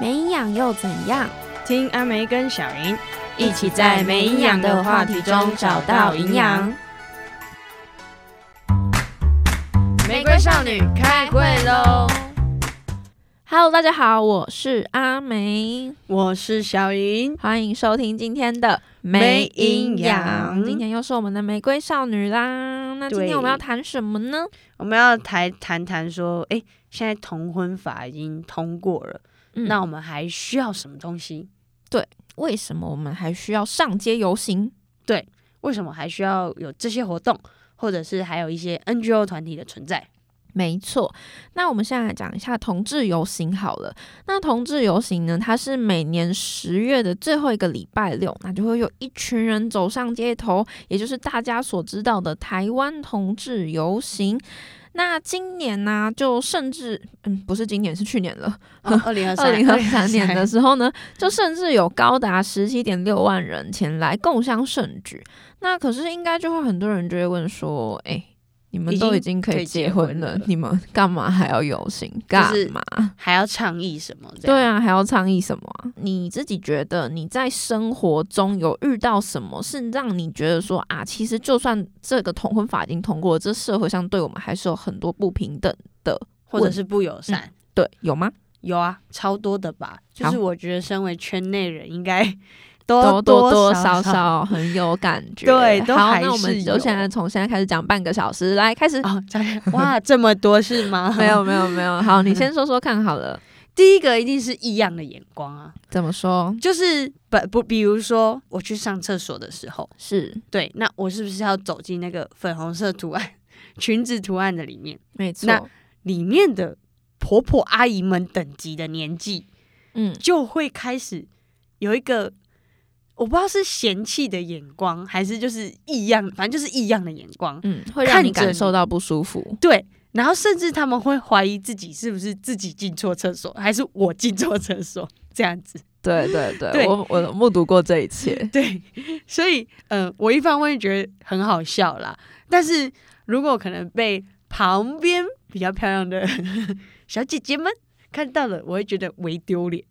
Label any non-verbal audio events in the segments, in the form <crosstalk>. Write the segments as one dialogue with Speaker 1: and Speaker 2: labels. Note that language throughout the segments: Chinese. Speaker 1: 没营养又怎样？
Speaker 2: 听阿梅跟小莹
Speaker 1: 一起在没营养的话题中找到营养。
Speaker 2: 玫瑰少女开会喽！
Speaker 1: Hello，大家好，我是阿梅，
Speaker 2: 我是小莹，
Speaker 1: 欢迎收听今天的
Speaker 2: 没营养
Speaker 1: 今天又是我们的玫瑰少女啦。那今
Speaker 2: 对
Speaker 1: 天我们要谈什么呢？
Speaker 2: 我们要谈谈谈说，哎、现在同婚法已经通过了，
Speaker 1: 嗯
Speaker 2: 那我们还需要什么东西？
Speaker 1: 为什么我们还需要上街游行？
Speaker 2: 为什么还需要有这些活动，或者是还有一些 NGO 团体的存在？
Speaker 1: 没错，那我们现在来讲一下同志游行好了。那同志游行呢，它是每年十月的最后一个礼拜六，那就会有一群人走上街头，也就是大家所知道的台湾同志游行。那今年呢、就甚至嗯，不是今年，是去年了，
Speaker 2: 哦二零二
Speaker 1: 二
Speaker 2: 三，
Speaker 1: 零二三年的
Speaker 2: 2023，
Speaker 1: 时候呢， <laughs> 就甚至有高达十七点六万人前来共襄盛举。那可是应该就会很多人就会问说，哎、你们都已
Speaker 2: 已
Speaker 1: 经可
Speaker 2: 可
Speaker 1: 以
Speaker 2: 以
Speaker 1: 结
Speaker 2: 结婚
Speaker 1: 婚了
Speaker 2: 了，
Speaker 1: 你们干嘛还要游行？干
Speaker 2: 就是
Speaker 1: 嘛？
Speaker 2: 还要倡议什么？
Speaker 1: 对，啊，还要倡议什么啊？你自己觉得你在生活中有遇到什么是让你觉得说啊，其实就算这个同婚法已经通过了，这社会上对我们还是有很多不平等的。
Speaker 2: 或者是不友善。
Speaker 1: 对，有吗？
Speaker 2: 有啊，超多的吧。就
Speaker 1: 好
Speaker 2: 是我觉得身为圈内人，
Speaker 1: <laughs>
Speaker 2: 应该
Speaker 1: 都
Speaker 2: 都
Speaker 1: 多
Speaker 2: 多
Speaker 1: 少
Speaker 2: 少
Speaker 1: 少很有 <laughs> 感觉。
Speaker 2: 对都
Speaker 1: 好，
Speaker 2: 还
Speaker 1: 那我们
Speaker 2: 是
Speaker 1: 就
Speaker 2: 有
Speaker 1: 现在从现在开始讲半个小时，来开 <laughs> 始。
Speaker 2: 哦，这样哇，这么多是吗？
Speaker 1: 没，有没有没有，好，你 <laughs> 先说说看好了，
Speaker 2: 第一个一定是异样的眼光啊，
Speaker 1: 怎么说？
Speaker 2: 就是不不，比如说我去上厕所的时候，
Speaker 1: 是
Speaker 2: 对，那我是不是要走进那个粉红色图案、 <laughs> 裙子图案的里面？
Speaker 1: 没错，
Speaker 2: 那里面的婆婆阿姨们等级的年纪，
Speaker 1: 嗯，
Speaker 2: 就会开始有一个我不知道是嫌弃的眼光，还是就是异样，反正就是异样的眼光。
Speaker 1: 嗯，会让你
Speaker 2: 看着
Speaker 1: 感
Speaker 2: 你
Speaker 1: 受到不舒服。
Speaker 2: 对，然后甚至他们会怀疑自己是不是自己进错厕所，还是我进错厕所这样子。
Speaker 1: <laughs> 对对对，
Speaker 2: 对
Speaker 1: 我我目睹过这一切。 <laughs>
Speaker 2: 对，所以呃，我一方面觉得很好笑啦，但是如果可能被旁边比较漂亮的 <laughs> 小姐姐们看到了，我会觉得为丢脸，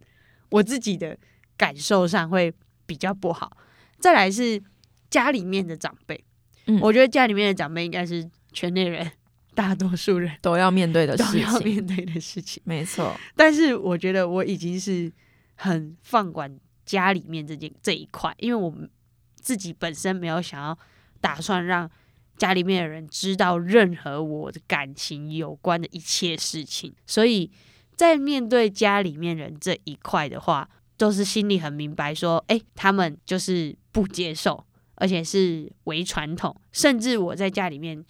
Speaker 2: 我自己的感受上会比较不好。再来是家里面的长辈，
Speaker 1: 嗯
Speaker 2: 我觉得家里面的长辈应该是圈内人，大多数人
Speaker 1: 都要面对的
Speaker 2: 都
Speaker 1: 事
Speaker 2: 要
Speaker 1: 情，
Speaker 2: 面对的事情。
Speaker 1: 没错，
Speaker 2: 但是我觉得我已经是很放管家里面这件这一块，因为我们自己本身没有想要打算让家里面的人知道任何我的感情有关的一切事情，所以在面对家里面人这一块的话，都是心里很明白说，哎、他们就是不接受，而且是为传统，甚至我在家里面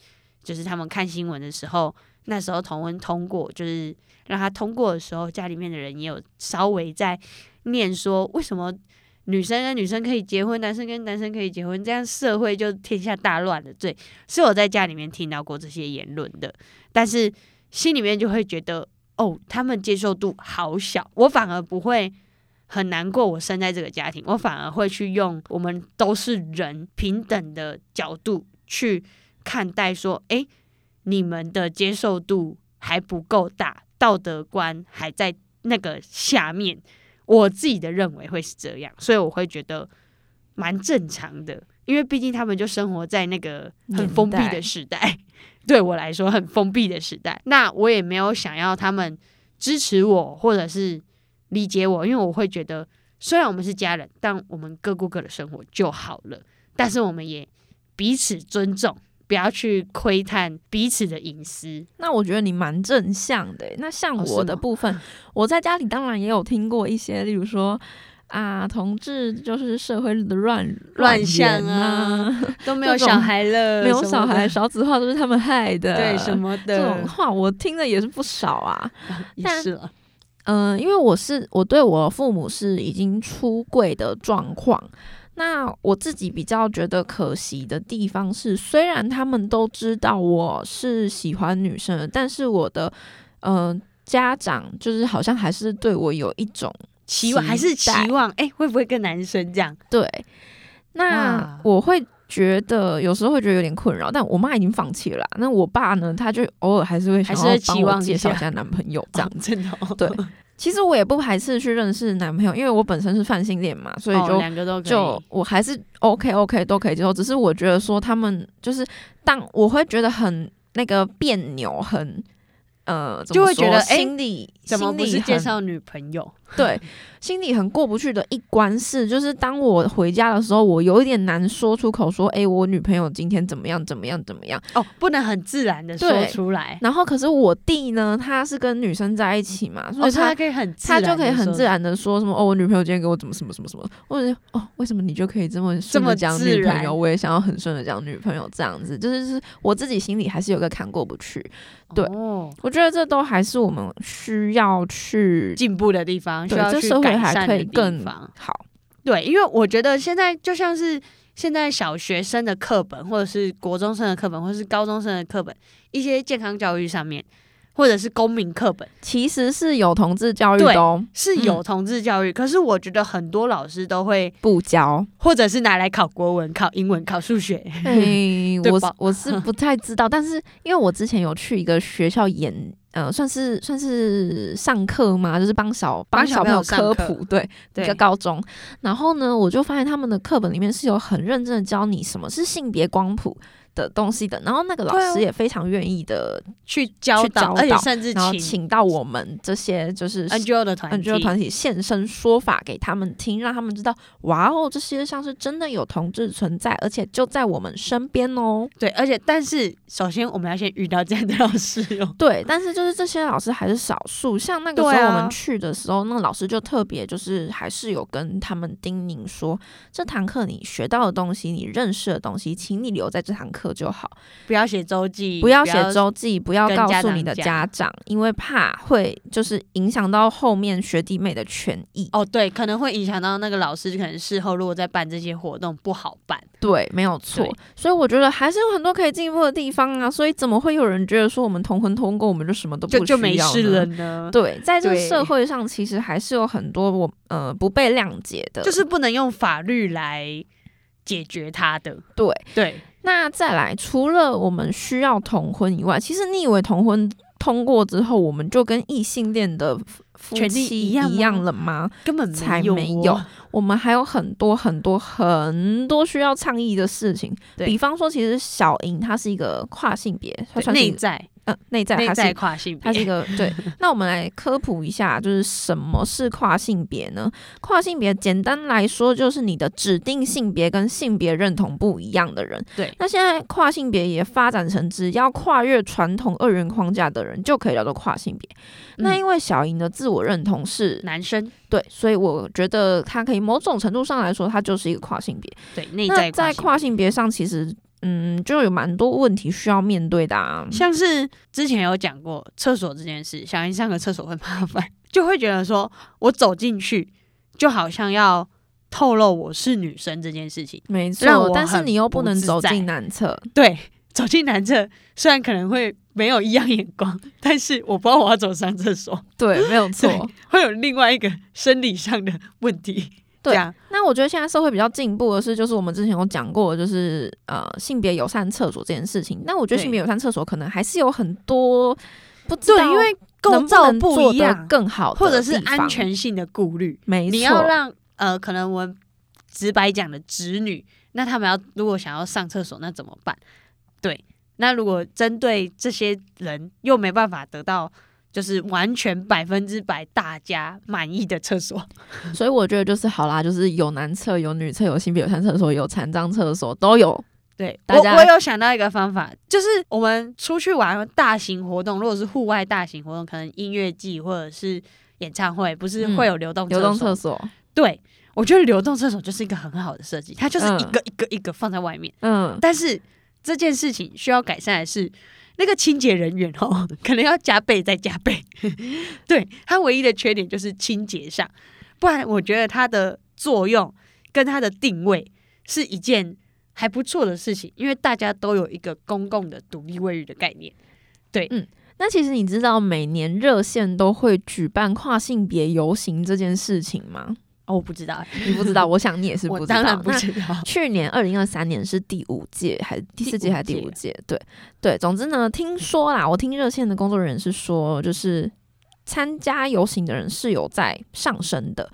Speaker 2: 就是他们看新闻的时候。那时候同婚通过，就是让他通过的时候，家里面的人也有稍微在念说，为什么女生跟女生可以结婚，男生跟男生可以结婚，这样社会就天下大乱了。对，是我在家里面听到过这些言论的，但是心里面就会觉得，哦，他们接受度好小，我反而不会。很难过，我生在这个家庭，我反而会去用我们都是人平等的角度去看待，说，诶，你们的接受度还不够大，道德观还在那个下面。我自己的认为会是这样，所以我会觉得蛮正常的，因为毕竟他们就生活在那个很
Speaker 1: 年
Speaker 2: 封闭
Speaker 1: 代
Speaker 2: 的时代，对我来说很封闭的时代。那我也没有想要他们支持我或者是理解我，因为我会觉得虽然我们是家人，但我们各过各的生活就好了。但是我们也彼此尊重，不要去窥探彼此的隐私。
Speaker 1: <laughs> 那我觉得你蛮正向的欸。那像
Speaker 2: 哦是
Speaker 1: 我的
Speaker 2: 吗
Speaker 1: 部 <laughs> 分，我在家里当然也有听过一些，例如说啊，同志就是社会的乱
Speaker 2: 乱
Speaker 1: 言
Speaker 2: 象
Speaker 1: 啊
Speaker 2: 啊，都没
Speaker 1: 有
Speaker 2: 有
Speaker 1: 小
Speaker 2: 小孩了，
Speaker 1: 没有小孩，少子化都是他们害的，
Speaker 2: 对什么
Speaker 1: 这种
Speaker 2: 的，
Speaker 1: <laughs> 话我听的也是不少啊。
Speaker 2: 也
Speaker 1: 但
Speaker 2: 是了。
Speaker 1: 嗯、因为我是我对我父母是已经出柜的状况。那我自己比较觉得可惜的地方是，虽然他们都知道我是喜欢女生的，但是我的嗯、呃家长就是好像还是对我有一种 <laughs>
Speaker 2: 期望还是期望，哎、会不会跟男生这样？
Speaker 1: 对。那
Speaker 2: 哇
Speaker 1: 我会觉得有时候会觉得有点困扰，但我妈已经放弃了啦。那我爸呢，他就偶尔还是会想
Speaker 2: 还是
Speaker 1: 要
Speaker 2: 会期
Speaker 1: 帮我
Speaker 2: 望一
Speaker 1: 介绍一
Speaker 2: 下
Speaker 1: 下男朋
Speaker 2: <laughs>
Speaker 1: 友这样。
Speaker 2: 真的、哦、
Speaker 1: 对其实我也不排斥去认识男朋友，因为我本身是泛性恋嘛，所以
Speaker 2: 哦
Speaker 1: 就
Speaker 2: 两个都可以
Speaker 1: 就我还是 OK OK 都可以接受，只是我觉得说他们就是当我会觉得很那个别扭，很呃，怎么
Speaker 2: 就会觉
Speaker 1: 说
Speaker 2: 得诶
Speaker 1: 心里
Speaker 2: 怎么
Speaker 1: 心
Speaker 2: 不
Speaker 1: 里
Speaker 2: 是介
Speaker 1: 很
Speaker 2: 绍女朋友？
Speaker 1: <laughs> 对，心里很过不去的一关是，就是当我回家的时候，我有一点难说出口，说，诶，我女朋友今天怎么样，怎么样，怎么样。
Speaker 2: 哦，不能很自然的说
Speaker 1: 对
Speaker 2: 出来，
Speaker 1: 然后，可是我弟呢，他是跟女生在一起嘛，所
Speaker 2: 哦，
Speaker 1: 以他、
Speaker 2: 他可以很自
Speaker 1: 他
Speaker 2: 然，
Speaker 1: 就可以很自。然的说什么，哦，我女朋友今天给我怎么什么什么什么，或者哦，为什么你就可以这么顺
Speaker 2: 么
Speaker 1: 的讲
Speaker 2: 自
Speaker 1: 女朋友，
Speaker 2: 然
Speaker 1: 我也想要很顺的讲女朋友这样子，就是是我自己心里还是有个坎过不去。对
Speaker 2: 哦，
Speaker 1: 我觉得这都还是我们需要去
Speaker 2: 进步的地方需
Speaker 1: 对
Speaker 2: 要
Speaker 1: 这
Speaker 2: 去
Speaker 1: 社会
Speaker 2: 改
Speaker 1: 还可
Speaker 2: 善的
Speaker 1: 以
Speaker 2: 地
Speaker 1: 更
Speaker 2: 方。
Speaker 1: 好，
Speaker 2: 对，因为我觉得现在就像是现在小学生的课本，或者是国中生的课本，或者是高中生的课本，一些健康教育上面，或者是公民课本
Speaker 1: 其实是有同志教育
Speaker 2: 对
Speaker 1: 的哦，
Speaker 2: 是有同志教育，可是我觉得很多老师都会，
Speaker 1: 不教。
Speaker 2: 或者是拿来考国文、考英文、考数学。
Speaker 1: 诶，
Speaker 2: 对
Speaker 1: 我
Speaker 2: 吧
Speaker 1: 是我是不太知道，但是因为我之前有去一个学校演，呃，算是算是上课嘛，就是帮小
Speaker 2: 帮
Speaker 1: 帮
Speaker 2: 小
Speaker 1: 小朋
Speaker 2: 朋
Speaker 1: 友
Speaker 2: 友上
Speaker 1: 科
Speaker 2: 课
Speaker 1: 普，对，一
Speaker 2: 对
Speaker 1: 个高中。然后呢，我就发现他们的课本里面是有很认真的教你什么是性别光谱的东西的，然后那个老
Speaker 2: 对啊
Speaker 1: 师也非常愿意的，
Speaker 2: <laughs> 去教
Speaker 1: 去
Speaker 2: 导，
Speaker 1: 教
Speaker 2: 而且
Speaker 1: 导
Speaker 2: 甚至
Speaker 1: 然后
Speaker 2: 请呃
Speaker 1: 请到我们这些就是呃
Speaker 2: NGO 的团体
Speaker 1: NGO 团体现身说法给他们听，让他们知道，哇哦，这世界上是真的有同志存在，而且就在我们身边哦。。
Speaker 2: 对，而且但是首先我们要先遇到这样的老师哦 <laughs>
Speaker 1: 对，但是就是这些老师还是少数。像那个
Speaker 2: 对
Speaker 1: 时候我
Speaker 2: 啊
Speaker 1: 们去的时候，那个老师就特别就是还是有跟他们叮咛说，这堂课你学到的东西，你认识的东西，请你留在这堂课就好，
Speaker 2: 不要写周记，
Speaker 1: 不要写周记，不要
Speaker 2: 跟
Speaker 1: 告
Speaker 2: 家
Speaker 1: 诉
Speaker 2: 长
Speaker 1: 你的
Speaker 2: 讲
Speaker 1: 家长，因为怕会就是影响到后面学弟妹的权益。
Speaker 2: 哦，对，可能会影响到那个老师，可能事后如果再办这些活动不好办。
Speaker 1: 对，没有错
Speaker 2: 对。
Speaker 1: 所以我觉得还是有很多可以进步的地方啊。所以怎么会有人觉得说我们同婚通过，我们就什么都不
Speaker 2: 就就没
Speaker 1: 需要
Speaker 2: 事
Speaker 1: 呢
Speaker 2: 了呢。
Speaker 1: 对，在这个
Speaker 2: 对
Speaker 1: 社会上，其实还是有很多我呃不被谅解的，
Speaker 2: 就是不能用法律来解决它的。
Speaker 1: 对。
Speaker 2: 对，
Speaker 1: 那再来，除了我们需要同婚以外，其实你以为同婚通过之后，我们就跟异性恋的夫夫
Speaker 2: 权利
Speaker 1: 妻
Speaker 2: 一样吗
Speaker 1: 了吗？
Speaker 2: 根本哦
Speaker 1: 才
Speaker 2: 有、
Speaker 1: 没有。我们还有很多很多很多需要倡议的事情，
Speaker 2: 对
Speaker 1: 比方说，其实小莹她是一个跨性别，她
Speaker 2: 对
Speaker 1: 算是一
Speaker 2: 内
Speaker 1: 个
Speaker 2: 在
Speaker 1: 呃内在，
Speaker 2: 内
Speaker 1: 她是
Speaker 2: 在跨性
Speaker 1: 它是一
Speaker 2: 别。
Speaker 1: 个
Speaker 2: <laughs>
Speaker 1: 对。那我们来科普一下，就是什么是跨性别呢？跨性别简单来说，就是你的指定性别跟性别认同不一样的人。
Speaker 2: 对
Speaker 1: 那现在跨性别也发展成只要跨越传统二元框架的人就可以叫做跨性别。那
Speaker 2: 嗯
Speaker 1: 因为小莹的自我认同是
Speaker 2: 男生
Speaker 1: 对，所以我觉得她可以某种程度上来说，她就是一个跨性别。
Speaker 2: 对内
Speaker 1: 那
Speaker 2: 在
Speaker 1: 在
Speaker 2: 跨
Speaker 1: 跨
Speaker 2: 性
Speaker 1: 性别上，其实嗯，就有蛮多问题需要面对的啊
Speaker 2: 别，。像是之前有讲过厕所这件事，小英上个厕所会麻烦，就会觉得说我走进去就好像要透露我是女生这件事情。
Speaker 1: 没
Speaker 2: 让我
Speaker 1: 错，但是
Speaker 2: 很
Speaker 1: 你又
Speaker 2: 不
Speaker 1: 不能
Speaker 2: 自
Speaker 1: 走
Speaker 2: 在
Speaker 1: 进男厕，
Speaker 2: 对，走进男厕虽然可能会没有异样眼光，但是我不知道我要走上厕所。
Speaker 1: 对，
Speaker 2: <laughs>
Speaker 1: 没有错。
Speaker 2: 会有另外一个生理上的问题。 <laughs>
Speaker 1: 对
Speaker 2: 这样
Speaker 1: 那我觉得现在社会比较进步的是，就是我们之前有讲过，就是呃性别友善厕所这件事情。那我觉得
Speaker 2: 对
Speaker 1: 性别友善厕所可能还是有很多不知
Speaker 2: 对，
Speaker 1: 道
Speaker 2: 因为构
Speaker 1: 能不
Speaker 2: 造
Speaker 1: 能
Speaker 2: 不
Speaker 1: 做
Speaker 2: 一
Speaker 1: 得
Speaker 2: 样，
Speaker 1: 更好的
Speaker 2: 或者是
Speaker 1: 地
Speaker 2: 安
Speaker 1: 方，
Speaker 2: 全性的顾虑，
Speaker 1: 没错，
Speaker 2: 你要让呃，可能我直白讲的直女，那他们要如果想要上厕所，那怎么办？对，那如果针对这些人又没办法得到。就是完全百分之百大家满意的厕所，
Speaker 1: 所以我觉得就是好啦，就是有男厕、有女厕、有性别友善厕所、有残障厕所都有。
Speaker 2: 对我
Speaker 1: 大家
Speaker 2: 我有想到一个方法，就是我们出去玩大型活动，如果是户外大型活动，可能音乐季或者是演唱会，不是
Speaker 1: 嗯
Speaker 2: 会有流动
Speaker 1: 流动
Speaker 2: 厕
Speaker 1: 厕
Speaker 2: 所？
Speaker 1: 所，
Speaker 2: 对，我觉得流动厕所就是一个很好的设计，它就是
Speaker 1: 嗯
Speaker 2: 一个一个一个放在外面。
Speaker 1: 嗯，
Speaker 2: 但是这件事情需要改善的是，那个清洁人员哦， <laughs> 可能要加倍再加倍。 <laughs> 对，它唯一的缺点就是清洁上，不然我觉得它的作用跟它的定位是一件还不错的事情，因为大家都有一个公共的独立卫浴的概念。
Speaker 1: 那其实你知道每年热线都会举办跨性别游行这件事情吗？
Speaker 2: 哦， <laughs> 我不知道欸，
Speaker 1: 你不知道，我想你也是不
Speaker 2: 我
Speaker 1: 知
Speaker 2: 当
Speaker 1: 道
Speaker 2: 然。不
Speaker 1: 那
Speaker 2: 知道。
Speaker 1: 去年二零二三年是第五届还是第四届还是第
Speaker 2: 第
Speaker 1: 五
Speaker 2: 五
Speaker 1: 届？对对，总之呢，听说啦，我听热线的工作人员是说，就是参加游行的人是有在上升的。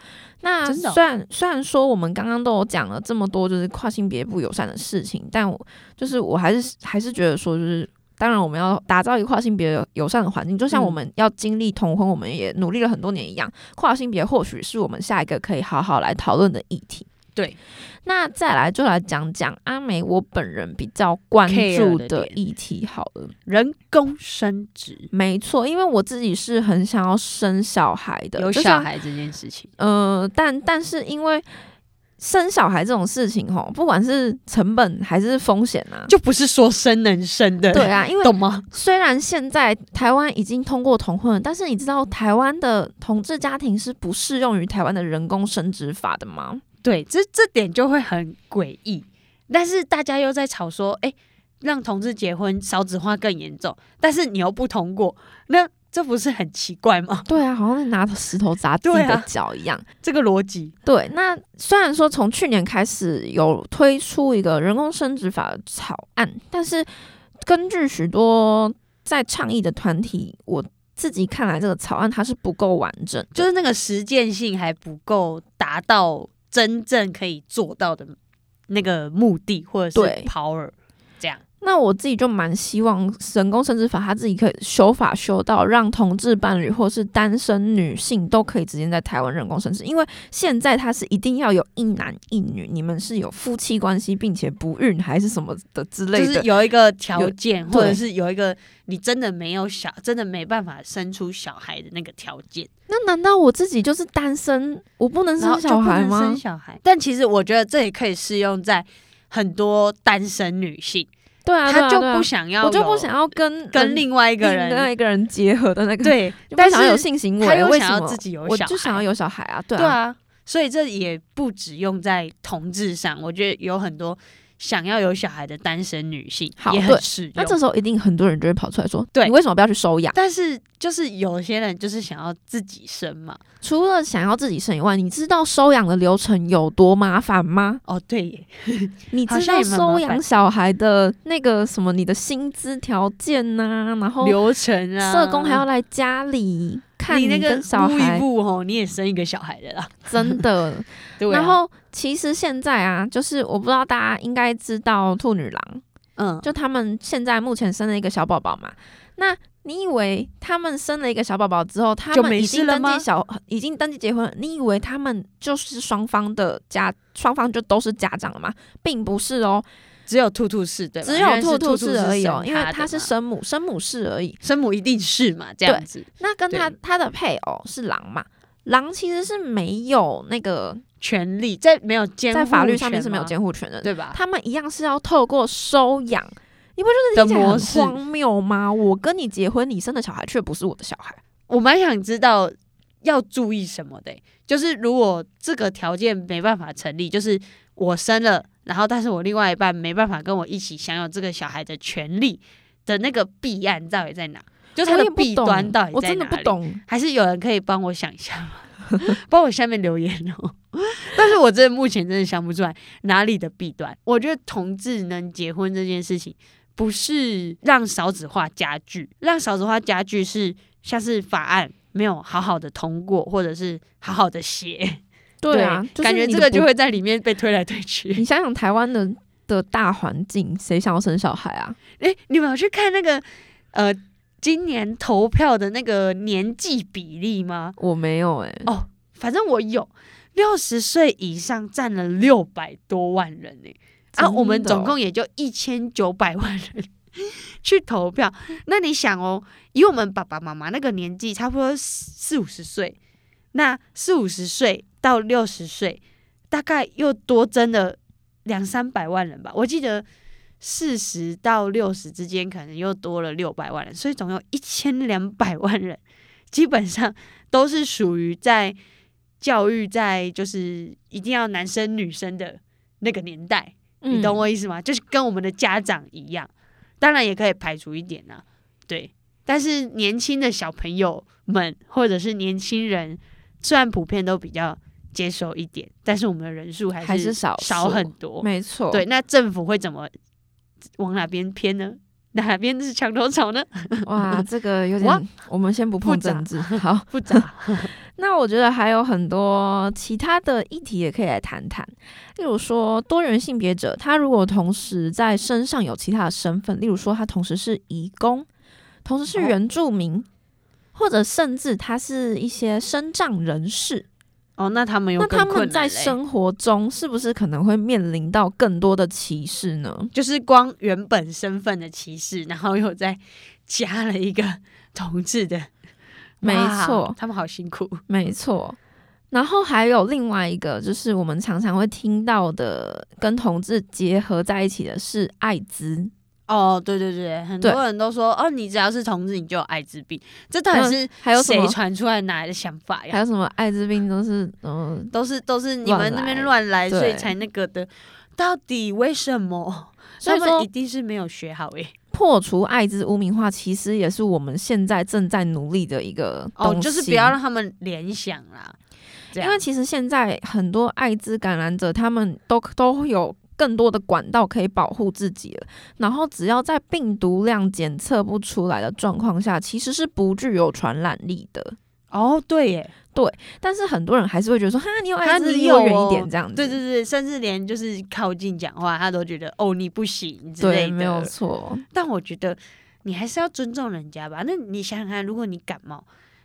Speaker 1: 那
Speaker 2: 真的哦
Speaker 1: 虽然、虽然说我们刚刚都有讲了这么多就是跨性别不友善的事情，但我就是我还是还是觉得说就是。当然，我们要打造一个跨性别友善的环境，就像
Speaker 2: 嗯
Speaker 1: 我们要经历同婚，我们也努力了很多年一样。跨性别或许是我们下一个可以好好来讨论的议题。
Speaker 2: 对，
Speaker 1: 那再来就来讲讲阿梅，我本人比较关
Speaker 2: Care
Speaker 1: 注
Speaker 2: 的
Speaker 1: 的
Speaker 2: 点
Speaker 1: 议题好了。
Speaker 2: 人工生殖
Speaker 1: 没错，因为我自己是很想要生小孩的，
Speaker 2: 有
Speaker 1: 就
Speaker 2: 小
Speaker 1: 像，
Speaker 2: 孩这件事情，
Speaker 1: 呃，但但是因为生小孩这种事情，吼，不管是成本还是风险啊，
Speaker 2: 就不是说生能生的，
Speaker 1: 对，啊，因为
Speaker 2: 懂吗？
Speaker 1: 虽然现在台湾已经通过同婚了，但是你知道台湾的同志家庭是不适用于台湾的人工生殖法的吗？
Speaker 2: 对，这这点就会很诡异。但是大家又在吵说，哎、让同志结婚少子化更严重，但是你又不通过，那这不是很奇怪吗？
Speaker 1: 对啊，好像在拿石头砸自己
Speaker 2: 对
Speaker 1: 的
Speaker 2: 啊
Speaker 1: 脚一样。
Speaker 2: 这个逻辑，
Speaker 1: 对，那虽然说从去年开始有推出一个人工生殖法的草案，但是根据许多在倡议的团体，我自己看来这个草案它是不够完整的，
Speaker 2: 就是那个实践性还不够达到真正可以做到的那个目的，或者
Speaker 1: 对
Speaker 2: 是 power 这样。
Speaker 1: 那我自己就蛮希望人工生殖法它自己可以修法修到让同志伴侣或是单身女性都可以直接在台湾人工生殖，因为现在它是一定要有一男一女，你们是有夫妻关系并且不孕还是什么的之类
Speaker 2: 就
Speaker 1: 的，
Speaker 2: 是有一个条件，或者
Speaker 1: 对
Speaker 2: 是有一个你真的没有小，真的没办法生出小孩的那个条件，
Speaker 1: 那难道我自己就是单身，我不能
Speaker 2: 然后
Speaker 1: 生
Speaker 2: 就
Speaker 1: 小
Speaker 2: 不
Speaker 1: 孩
Speaker 2: 能
Speaker 1: 吗
Speaker 2: 生？小孩。但其实我觉得这也可以适用在很多单身女性，
Speaker 1: 对啊，对
Speaker 2: 她
Speaker 1: 啊
Speaker 2: 就
Speaker 1: 对啊
Speaker 2: 不想要有，
Speaker 1: 我就不想要跟
Speaker 2: 跟另外一个
Speaker 1: 另外
Speaker 2: 人
Speaker 1: 一个人结合的那个，，<laughs>
Speaker 2: <laughs> 对，
Speaker 1: 但
Speaker 2: 但
Speaker 1: 想要有
Speaker 2: 是
Speaker 1: 性行
Speaker 2: 她
Speaker 1: 为，
Speaker 2: 又
Speaker 1: 为
Speaker 2: 想
Speaker 1: 什
Speaker 2: 要
Speaker 1: 么
Speaker 2: 自己有
Speaker 1: 我
Speaker 2: 小孩，
Speaker 1: 就想要有小孩啊？对
Speaker 2: 对
Speaker 1: 啊，
Speaker 2: 啊，所以这也不只用在同志上，我觉得有很多想要有小孩的单身女性
Speaker 1: 好
Speaker 2: 也
Speaker 1: 对
Speaker 2: 很适用。
Speaker 1: 那这时候一定很多人就会跑出来说，
Speaker 2: 对
Speaker 1: 你为什么不要去收养？
Speaker 2: 但是就是有些人就是想要自己生嘛，
Speaker 1: 除了想要自己生以外，你知道收养的流程有多麻烦吗？
Speaker 2: 哦对耶，
Speaker 1: 你
Speaker 2: 好
Speaker 1: 知
Speaker 2: 像
Speaker 1: 道
Speaker 2: 也蛮麻
Speaker 1: 收
Speaker 2: 烦
Speaker 1: 养小孩的那个什么，你的薪资条件呐、然后
Speaker 2: 流程啊，
Speaker 1: 哦社工还要来家里看
Speaker 2: 你那个
Speaker 1: 跟小
Speaker 2: 撸一
Speaker 1: 孩，
Speaker 2: 步哦，你也生一个小孩的啦，
Speaker 1: 真的。
Speaker 2: <laughs> 对、啊。
Speaker 1: 然后其实现在啊，就是我不知道大家应该知道兔女郎，
Speaker 2: 嗯，
Speaker 1: 就他们现在目前生了一个小宝宝嘛。那你以为他们生了一个小宝宝之后，他
Speaker 2: 就
Speaker 1: 们
Speaker 2: 没
Speaker 1: 已
Speaker 2: 事
Speaker 1: 经
Speaker 2: 了
Speaker 1: 登记
Speaker 2: 吗
Speaker 1: 小，已经登记结婚了？你以为他们就是双方的家，双方就都是家长了吗？并不是哦，
Speaker 2: 只有兔兔是对吧，
Speaker 1: 只
Speaker 2: 因为
Speaker 1: 有
Speaker 2: 是
Speaker 1: 兔
Speaker 2: 兔
Speaker 1: 兔
Speaker 2: 是
Speaker 1: 是而已哦
Speaker 2: 生，
Speaker 1: 因为
Speaker 2: 的
Speaker 1: 他是
Speaker 2: 嘛
Speaker 1: 生母，生母是而已。
Speaker 2: 生母一定是嘛，这样子
Speaker 1: 那跟他
Speaker 2: 对
Speaker 1: 他的配偶是狼嘛？狼其实是没有那个
Speaker 2: 权利在没有监护
Speaker 1: 在法律上面
Speaker 2: 权
Speaker 1: 是没有
Speaker 2: 吗
Speaker 1: 监护权的，
Speaker 2: 对吧？
Speaker 1: 他们一样是要透过收养，你不觉
Speaker 2: 的
Speaker 1: 得听起来
Speaker 2: 模
Speaker 1: 很
Speaker 2: 式，
Speaker 1: 荒谬吗？我跟你结婚，你生的小孩却不是我的小孩，
Speaker 2: 我蛮想知道要注意什么的欸、就是如果这个条件没办法成立，就是我生了，然后但是我另外一半没办法跟我一起享有这个小孩的权利的那个弊案到底在哪？就它
Speaker 1: 我
Speaker 2: 的
Speaker 1: 也不
Speaker 2: 弊
Speaker 1: 懂
Speaker 2: 端到底在哪
Speaker 1: 我真的不
Speaker 2: 里，
Speaker 1: 懂。
Speaker 2: 还是有人可以帮我想一下吗？ <laughs> 帮我下面留言哦。但是我真的目前真的想不出来哪里的弊端。我觉得同志能结婚这件事情，不是让少子化加剧，让少子化加剧是像是法案没有好好的通过，或者是好好的写，
Speaker 1: 对啊，就是
Speaker 2: 感觉
Speaker 1: 你
Speaker 2: 这
Speaker 1: 的
Speaker 2: 个就
Speaker 1: 不
Speaker 2: 会在里面被推来推去
Speaker 1: 你。想想台湾的的大环境，谁想要生小孩啊？
Speaker 2: 诶，你们有去看那个呃今年投票的那个年纪比例吗？
Speaker 1: 我没有哎、
Speaker 2: 哦，反正我有六十岁以上占了六百多万人呢、啊，
Speaker 1: 真的
Speaker 2: 我们总
Speaker 1: 哦
Speaker 2: 共也就一千九百万人去投
Speaker 1: <laughs>
Speaker 2: 票。那你想哦，以我们爸爸妈妈那个年纪，差不多四五十岁，那四五十岁到六十岁，大概又多增了两三百万人吧。我记得四十到六十之间，可能又多了六百万人，所以总有一千两百万人，基本上都是属于在教育在就是一定要男生女生的那个年代。
Speaker 1: 嗯
Speaker 2: 你懂我意思吗？就是跟我们的家长一样，当然也可以排除一点啊，对。但是年轻的小朋友们或者是年轻人，虽然普遍都比较接受一点，但是我们的人数还是
Speaker 1: 还是少数
Speaker 2: 少很多。
Speaker 1: 没错，
Speaker 2: 对，那政府会怎么往哪边偏呢？哪边是墙头草呢？
Speaker 1: 哇，这个
Speaker 2: <laughs>
Speaker 1: 有
Speaker 2: 哇
Speaker 1: 点，我们先不碰
Speaker 2: 复杂
Speaker 1: 政治。好，
Speaker 2: 复杂。
Speaker 1: 那我觉得还有很多其他的议题也可以来谈谈，例如说多元性别者，他如果同时在身上有其他的身份，例如说他同时是移工，同时是
Speaker 2: 哦
Speaker 1: 原住民，或者甚至他是一些身障人士，
Speaker 2: <laughs> 哦，那他们有
Speaker 1: 那
Speaker 2: 更
Speaker 1: 他
Speaker 2: 困
Speaker 1: 们
Speaker 2: 难
Speaker 1: 在
Speaker 2: 嘞
Speaker 1: 生活中是不是可能会面临到更多的歧视呢？
Speaker 2: 就是光原本身份的歧视，然后又再加了一个同志的，
Speaker 1: 没
Speaker 2: 哇
Speaker 1: 错
Speaker 2: 他们好辛苦。
Speaker 1: 没错。然后还有另外一个，就是我们常常会听到的，跟同志结合在一起的是艾滋。
Speaker 2: 哦，对对对，很
Speaker 1: 对
Speaker 2: 多人都说哦，你只要是同志，你就有艾滋病，这到底是
Speaker 1: 嗯还有什
Speaker 2: 谁
Speaker 1: 么？
Speaker 2: 传出来哪来的想法
Speaker 1: 还
Speaker 2: 呀？
Speaker 1: 有什么艾滋病都是嗯、
Speaker 2: 都是都是你
Speaker 1: 乱
Speaker 2: 们那边
Speaker 1: 来
Speaker 2: 乱来，所以
Speaker 1: 对
Speaker 2: 才那个的。到底为什么？
Speaker 1: 所以
Speaker 2: 他们
Speaker 1: 说
Speaker 2: 一定是没有学好诶、
Speaker 1: 破除艾滋污名化，其实也是我们现在正在努力的一个东
Speaker 2: 哦
Speaker 1: 西，，
Speaker 2: 就是不要让他们联想啦。这
Speaker 1: 因
Speaker 2: 样
Speaker 1: 为其实现在很多艾滋感染者，他们都都有更多的管道可以保护自己了。然后只要在病毒量检测不出来的状况下，其实是不具有传染力的。
Speaker 2: 哦，对耶，
Speaker 1: 但是很多人还是会觉得说，哈，你有艾
Speaker 2: 哈
Speaker 1: 滋，
Speaker 2: 你
Speaker 1: 离我
Speaker 2: 有
Speaker 1: 远一
Speaker 2: 哦
Speaker 1: 点这样子。
Speaker 2: 对对对，甚至连就是靠近讲话，他都觉得哦你不行之类
Speaker 1: 对，
Speaker 2: 的。
Speaker 1: 没有错。
Speaker 2: 但我觉得你还是要尊重人家吧。那你想想看，如果你感冒，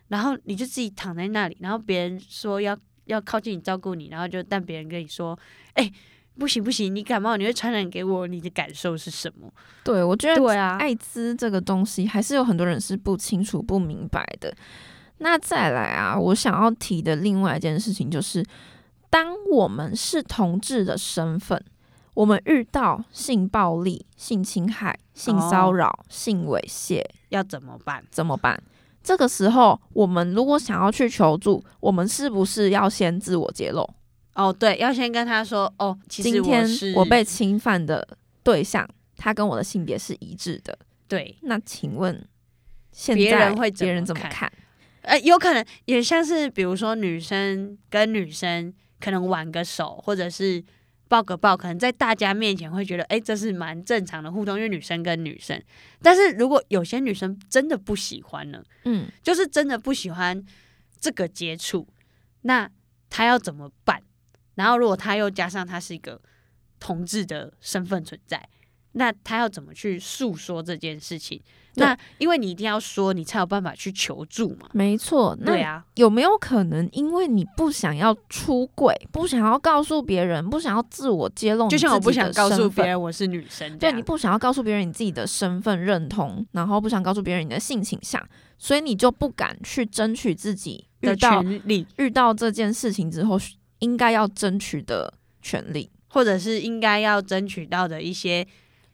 Speaker 2: 然后你就自己躺在那里，然后别人说要要靠近你照顾你，然后就但别人跟你说，哎、不行不行，你感冒你会传染给我，你的感受是什么？
Speaker 1: 对，我觉得
Speaker 2: 对啊，
Speaker 1: 艾滋这个东西，还是有很多人是不清楚、不明白的。那再来啊，我想要提的另外一件事情就是，当我们是同志的身份，我们遇到性暴力、性侵害、性骚扰、
Speaker 2: 哦
Speaker 1: 性猥亵
Speaker 2: 要怎么办？
Speaker 1: 怎么办？这个时候，我们如果想要去求助，我们是不是要先自我揭露？
Speaker 2: 哦，对，要先跟他说哦，其实
Speaker 1: 今天
Speaker 2: 是
Speaker 1: 我被侵犯的对象，他跟我的性别是一致的。
Speaker 2: 对，
Speaker 1: 那请问，现在
Speaker 2: 别人会怎
Speaker 1: 别人
Speaker 2: 么
Speaker 1: 怎么
Speaker 2: 看
Speaker 1: 看？
Speaker 2: 呃，有可能也像是比如说女生跟女生可能挽个手，或者是抱个抱，可能在大家面前会觉得，哎、这是蛮正常的互动，因为女生跟女生。但是如果有些女生真的不喜欢呢，
Speaker 1: 嗯，
Speaker 2: 就是真的不喜欢这个接触，那她要怎么办？然后如果她又加上她是一个同志的身份存在，那她要怎么去诉说这件事情？
Speaker 1: 对
Speaker 2: 那因为你一定要说，你才有办法去求助嘛。
Speaker 1: 没错。
Speaker 2: 对
Speaker 1: 那
Speaker 2: 啊，
Speaker 1: 有没有可能，因为你不想要出轨，不想要告诉别人，不想要自我揭露，
Speaker 2: 就像我不想告诉别，人我是女生这
Speaker 1: 对
Speaker 2: 样，
Speaker 1: 你不想要告诉别人你自己的身份认同，然后不想告诉别人你的性倾向，所以你就不敢去争取自己遇
Speaker 2: 的
Speaker 1: 到
Speaker 2: 权利，
Speaker 1: 遇到这件事情之后应该要争取的权利。
Speaker 2: 或者是应该要争取到的一些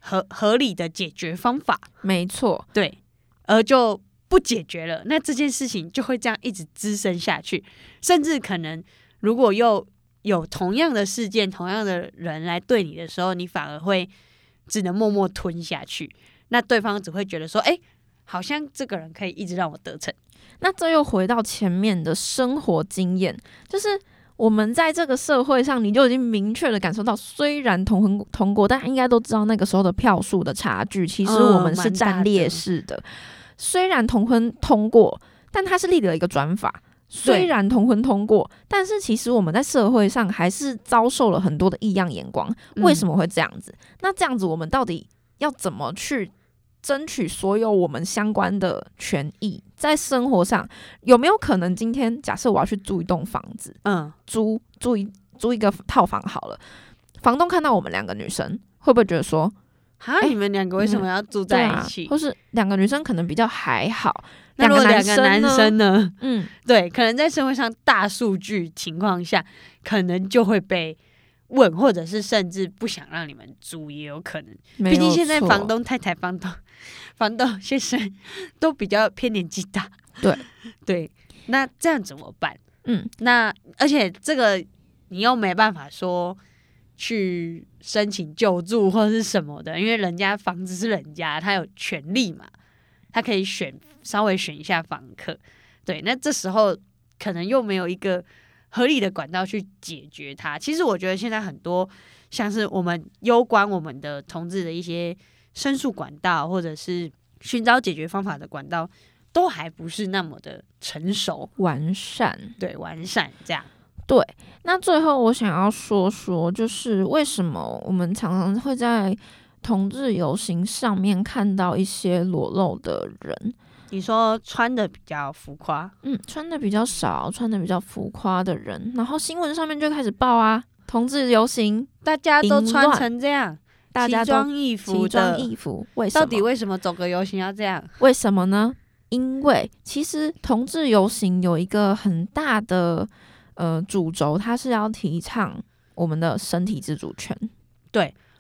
Speaker 2: 合合理的解决方法，
Speaker 1: 没错，
Speaker 2: 对，而就不解决了，那这件事情就会这样一直滋生下去，甚至可能如果又有同样的事件、同样的人来对你的时候，你反而会只能默默吞下去，那对方只会觉得说，哎、好像这个人可以一直让我得逞，
Speaker 1: 那这又回到前面的生活经验，就是我们在这个社会上，你就已经明确的感受到，虽然同婚同国，但应该都知道那个时候的票数的差距，其实
Speaker 2: 嗯
Speaker 1: 我们是占劣势的。虽然同婚通过，但它是立了一个转法。虽然同婚通过，但是其实我们在社会上还是遭受了很多的异样眼光。为什
Speaker 2: 么？
Speaker 1: 么会这样子？那这样子，我们到底要怎么去争取所有我们相关的权益？在生活上，有没有可能今天假设我要去租一栋房子，
Speaker 2: 嗯，
Speaker 1: 租租一租一个套房好了，房东看到我们两个女生，会不会觉得说
Speaker 2: 哈，
Speaker 1: 哎
Speaker 2: 你们两个为什么要住
Speaker 1: 对
Speaker 2: 在
Speaker 1: 啊
Speaker 2: 一起？
Speaker 1: 或是两个女生可能比较还好，
Speaker 2: 那如果两
Speaker 1: 两
Speaker 2: 个
Speaker 1: 个
Speaker 2: 男
Speaker 1: 男
Speaker 2: 生
Speaker 1: 生
Speaker 2: 呢？
Speaker 1: 嗯，
Speaker 2: <laughs> 对，可能在社会上大数据情况下，可能就会被问，或者是甚至不想让你们租也有可能。
Speaker 1: 没
Speaker 2: 毕竟
Speaker 1: 有
Speaker 2: 现在
Speaker 1: 错
Speaker 2: 房东太太、房东、房东先生 <laughs> 都比较偏年纪大。
Speaker 1: 对
Speaker 2: 对，那这样怎么办？
Speaker 1: 嗯，
Speaker 2: 那而且这个你又没办法说去申请救助或者是什么的，因为人家房子是人家，他有权利嘛，他可以选稍微选一下房客。对，那这时候可能又没有一个合理的管道去解决它。其实我觉得现在很多像是我们攸关我们的同志的一些申诉管道，或者是寻找解决方法的管道，都还不是那么的成熟，
Speaker 1: 完善。
Speaker 2: 对，完善这样。
Speaker 1: 对，那最后我想要说说，就是为什么我们常常会在同志游行上面看到一些裸露的人，
Speaker 2: 你说穿的比较浮夸，
Speaker 1: 嗯，穿的比较少，穿的比较浮夸的人，然后新闻上面就开始报啊，同志游行，
Speaker 2: 大家
Speaker 1: 都
Speaker 2: 都
Speaker 1: 穿
Speaker 2: 穿成这样，
Speaker 1: 大家
Speaker 2: 奇
Speaker 1: 都
Speaker 2: 装异服
Speaker 1: 奇装
Speaker 2: 的，
Speaker 1: 异服，为什么？
Speaker 2: 到底为什么走个游行要这样？
Speaker 1: 为什么呢？因为其实同志游行有一个很大的呃主轴，它是要提倡我们的身体自主权。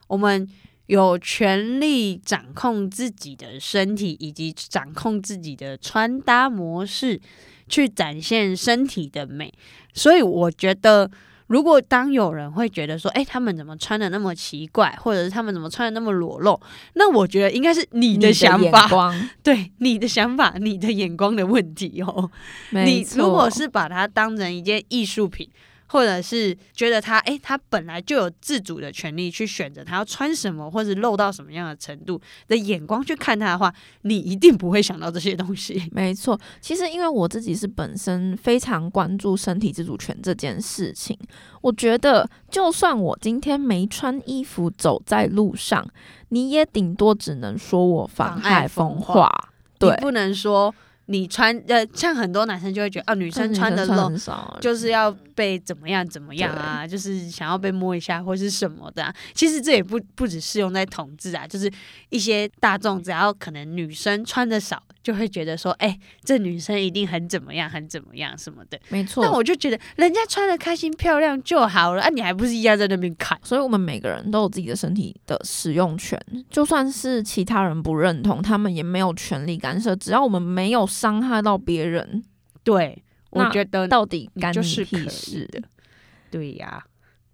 Speaker 2: 我们有权利掌控自己的身体，以及掌控自己的穿搭模式，去展现身体的美。所以我觉得，如果当有人会觉得说，哎、他们怎么穿的那么奇怪，或者是他们怎么穿的那么裸露，那我觉得应该是你的想
Speaker 1: 眼
Speaker 2: 法，
Speaker 1: 光，
Speaker 2: <laughs> 对你的想法、你的眼光的问题哦。
Speaker 1: 没
Speaker 2: 你
Speaker 1: 错
Speaker 2: 如果是把它当成一件艺术品，或者是觉得它，诶，哎它本来就有自主的权利去选择它要穿什么，或者露到什么样的程度的眼光去看它的话，你一定不会想到这些东西。
Speaker 1: 没错，其实因为我自己是本身非常关注身体自主权这件事情，我觉得就算我今天没穿衣服走在路上，你也顶多只能说我妨
Speaker 2: 妨
Speaker 1: 害
Speaker 2: 碍
Speaker 1: 风
Speaker 2: 风
Speaker 1: 化。对
Speaker 2: 你，不能说你穿，呃，像很多男生就会觉得，啊，女
Speaker 1: 但
Speaker 2: 生
Speaker 1: 女
Speaker 2: 穿的
Speaker 1: 穿
Speaker 2: 露。
Speaker 1: 很少，
Speaker 2: 就是要被怎么样怎么样啊，就是想要被摸一下或是什么的、啊。其实这也不不只适用在同志啊，就是一些大众，只要可能女生穿的少，就会觉得说，哎、这女生一定很怎么样，很怎么样什么的。
Speaker 1: 没错。
Speaker 2: 但我就觉得人家穿的开心漂亮就好了，啊，你还不是一样在那边看？
Speaker 1: 所以我们每个人都有自己的身体的使用权，就算是其他人不认同，他们也没有权利干涉。只要我们没有伤害到别人，
Speaker 2: 对，
Speaker 1: 那
Speaker 2: 我觉得
Speaker 1: 到底干
Speaker 2: 就
Speaker 1: 你
Speaker 2: 是可
Speaker 1: 屁
Speaker 2: 以
Speaker 1: 事？
Speaker 2: 的。 <laughs> 对呀、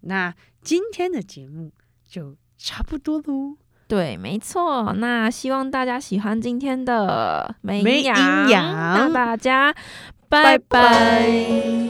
Speaker 2: 那今天的节目就差不多喽。
Speaker 1: 对，没错。那希望大家喜欢今天的美
Speaker 2: 没
Speaker 1: 营养，
Speaker 2: 营养
Speaker 1: 那大家拜
Speaker 2: 拜
Speaker 1: 拜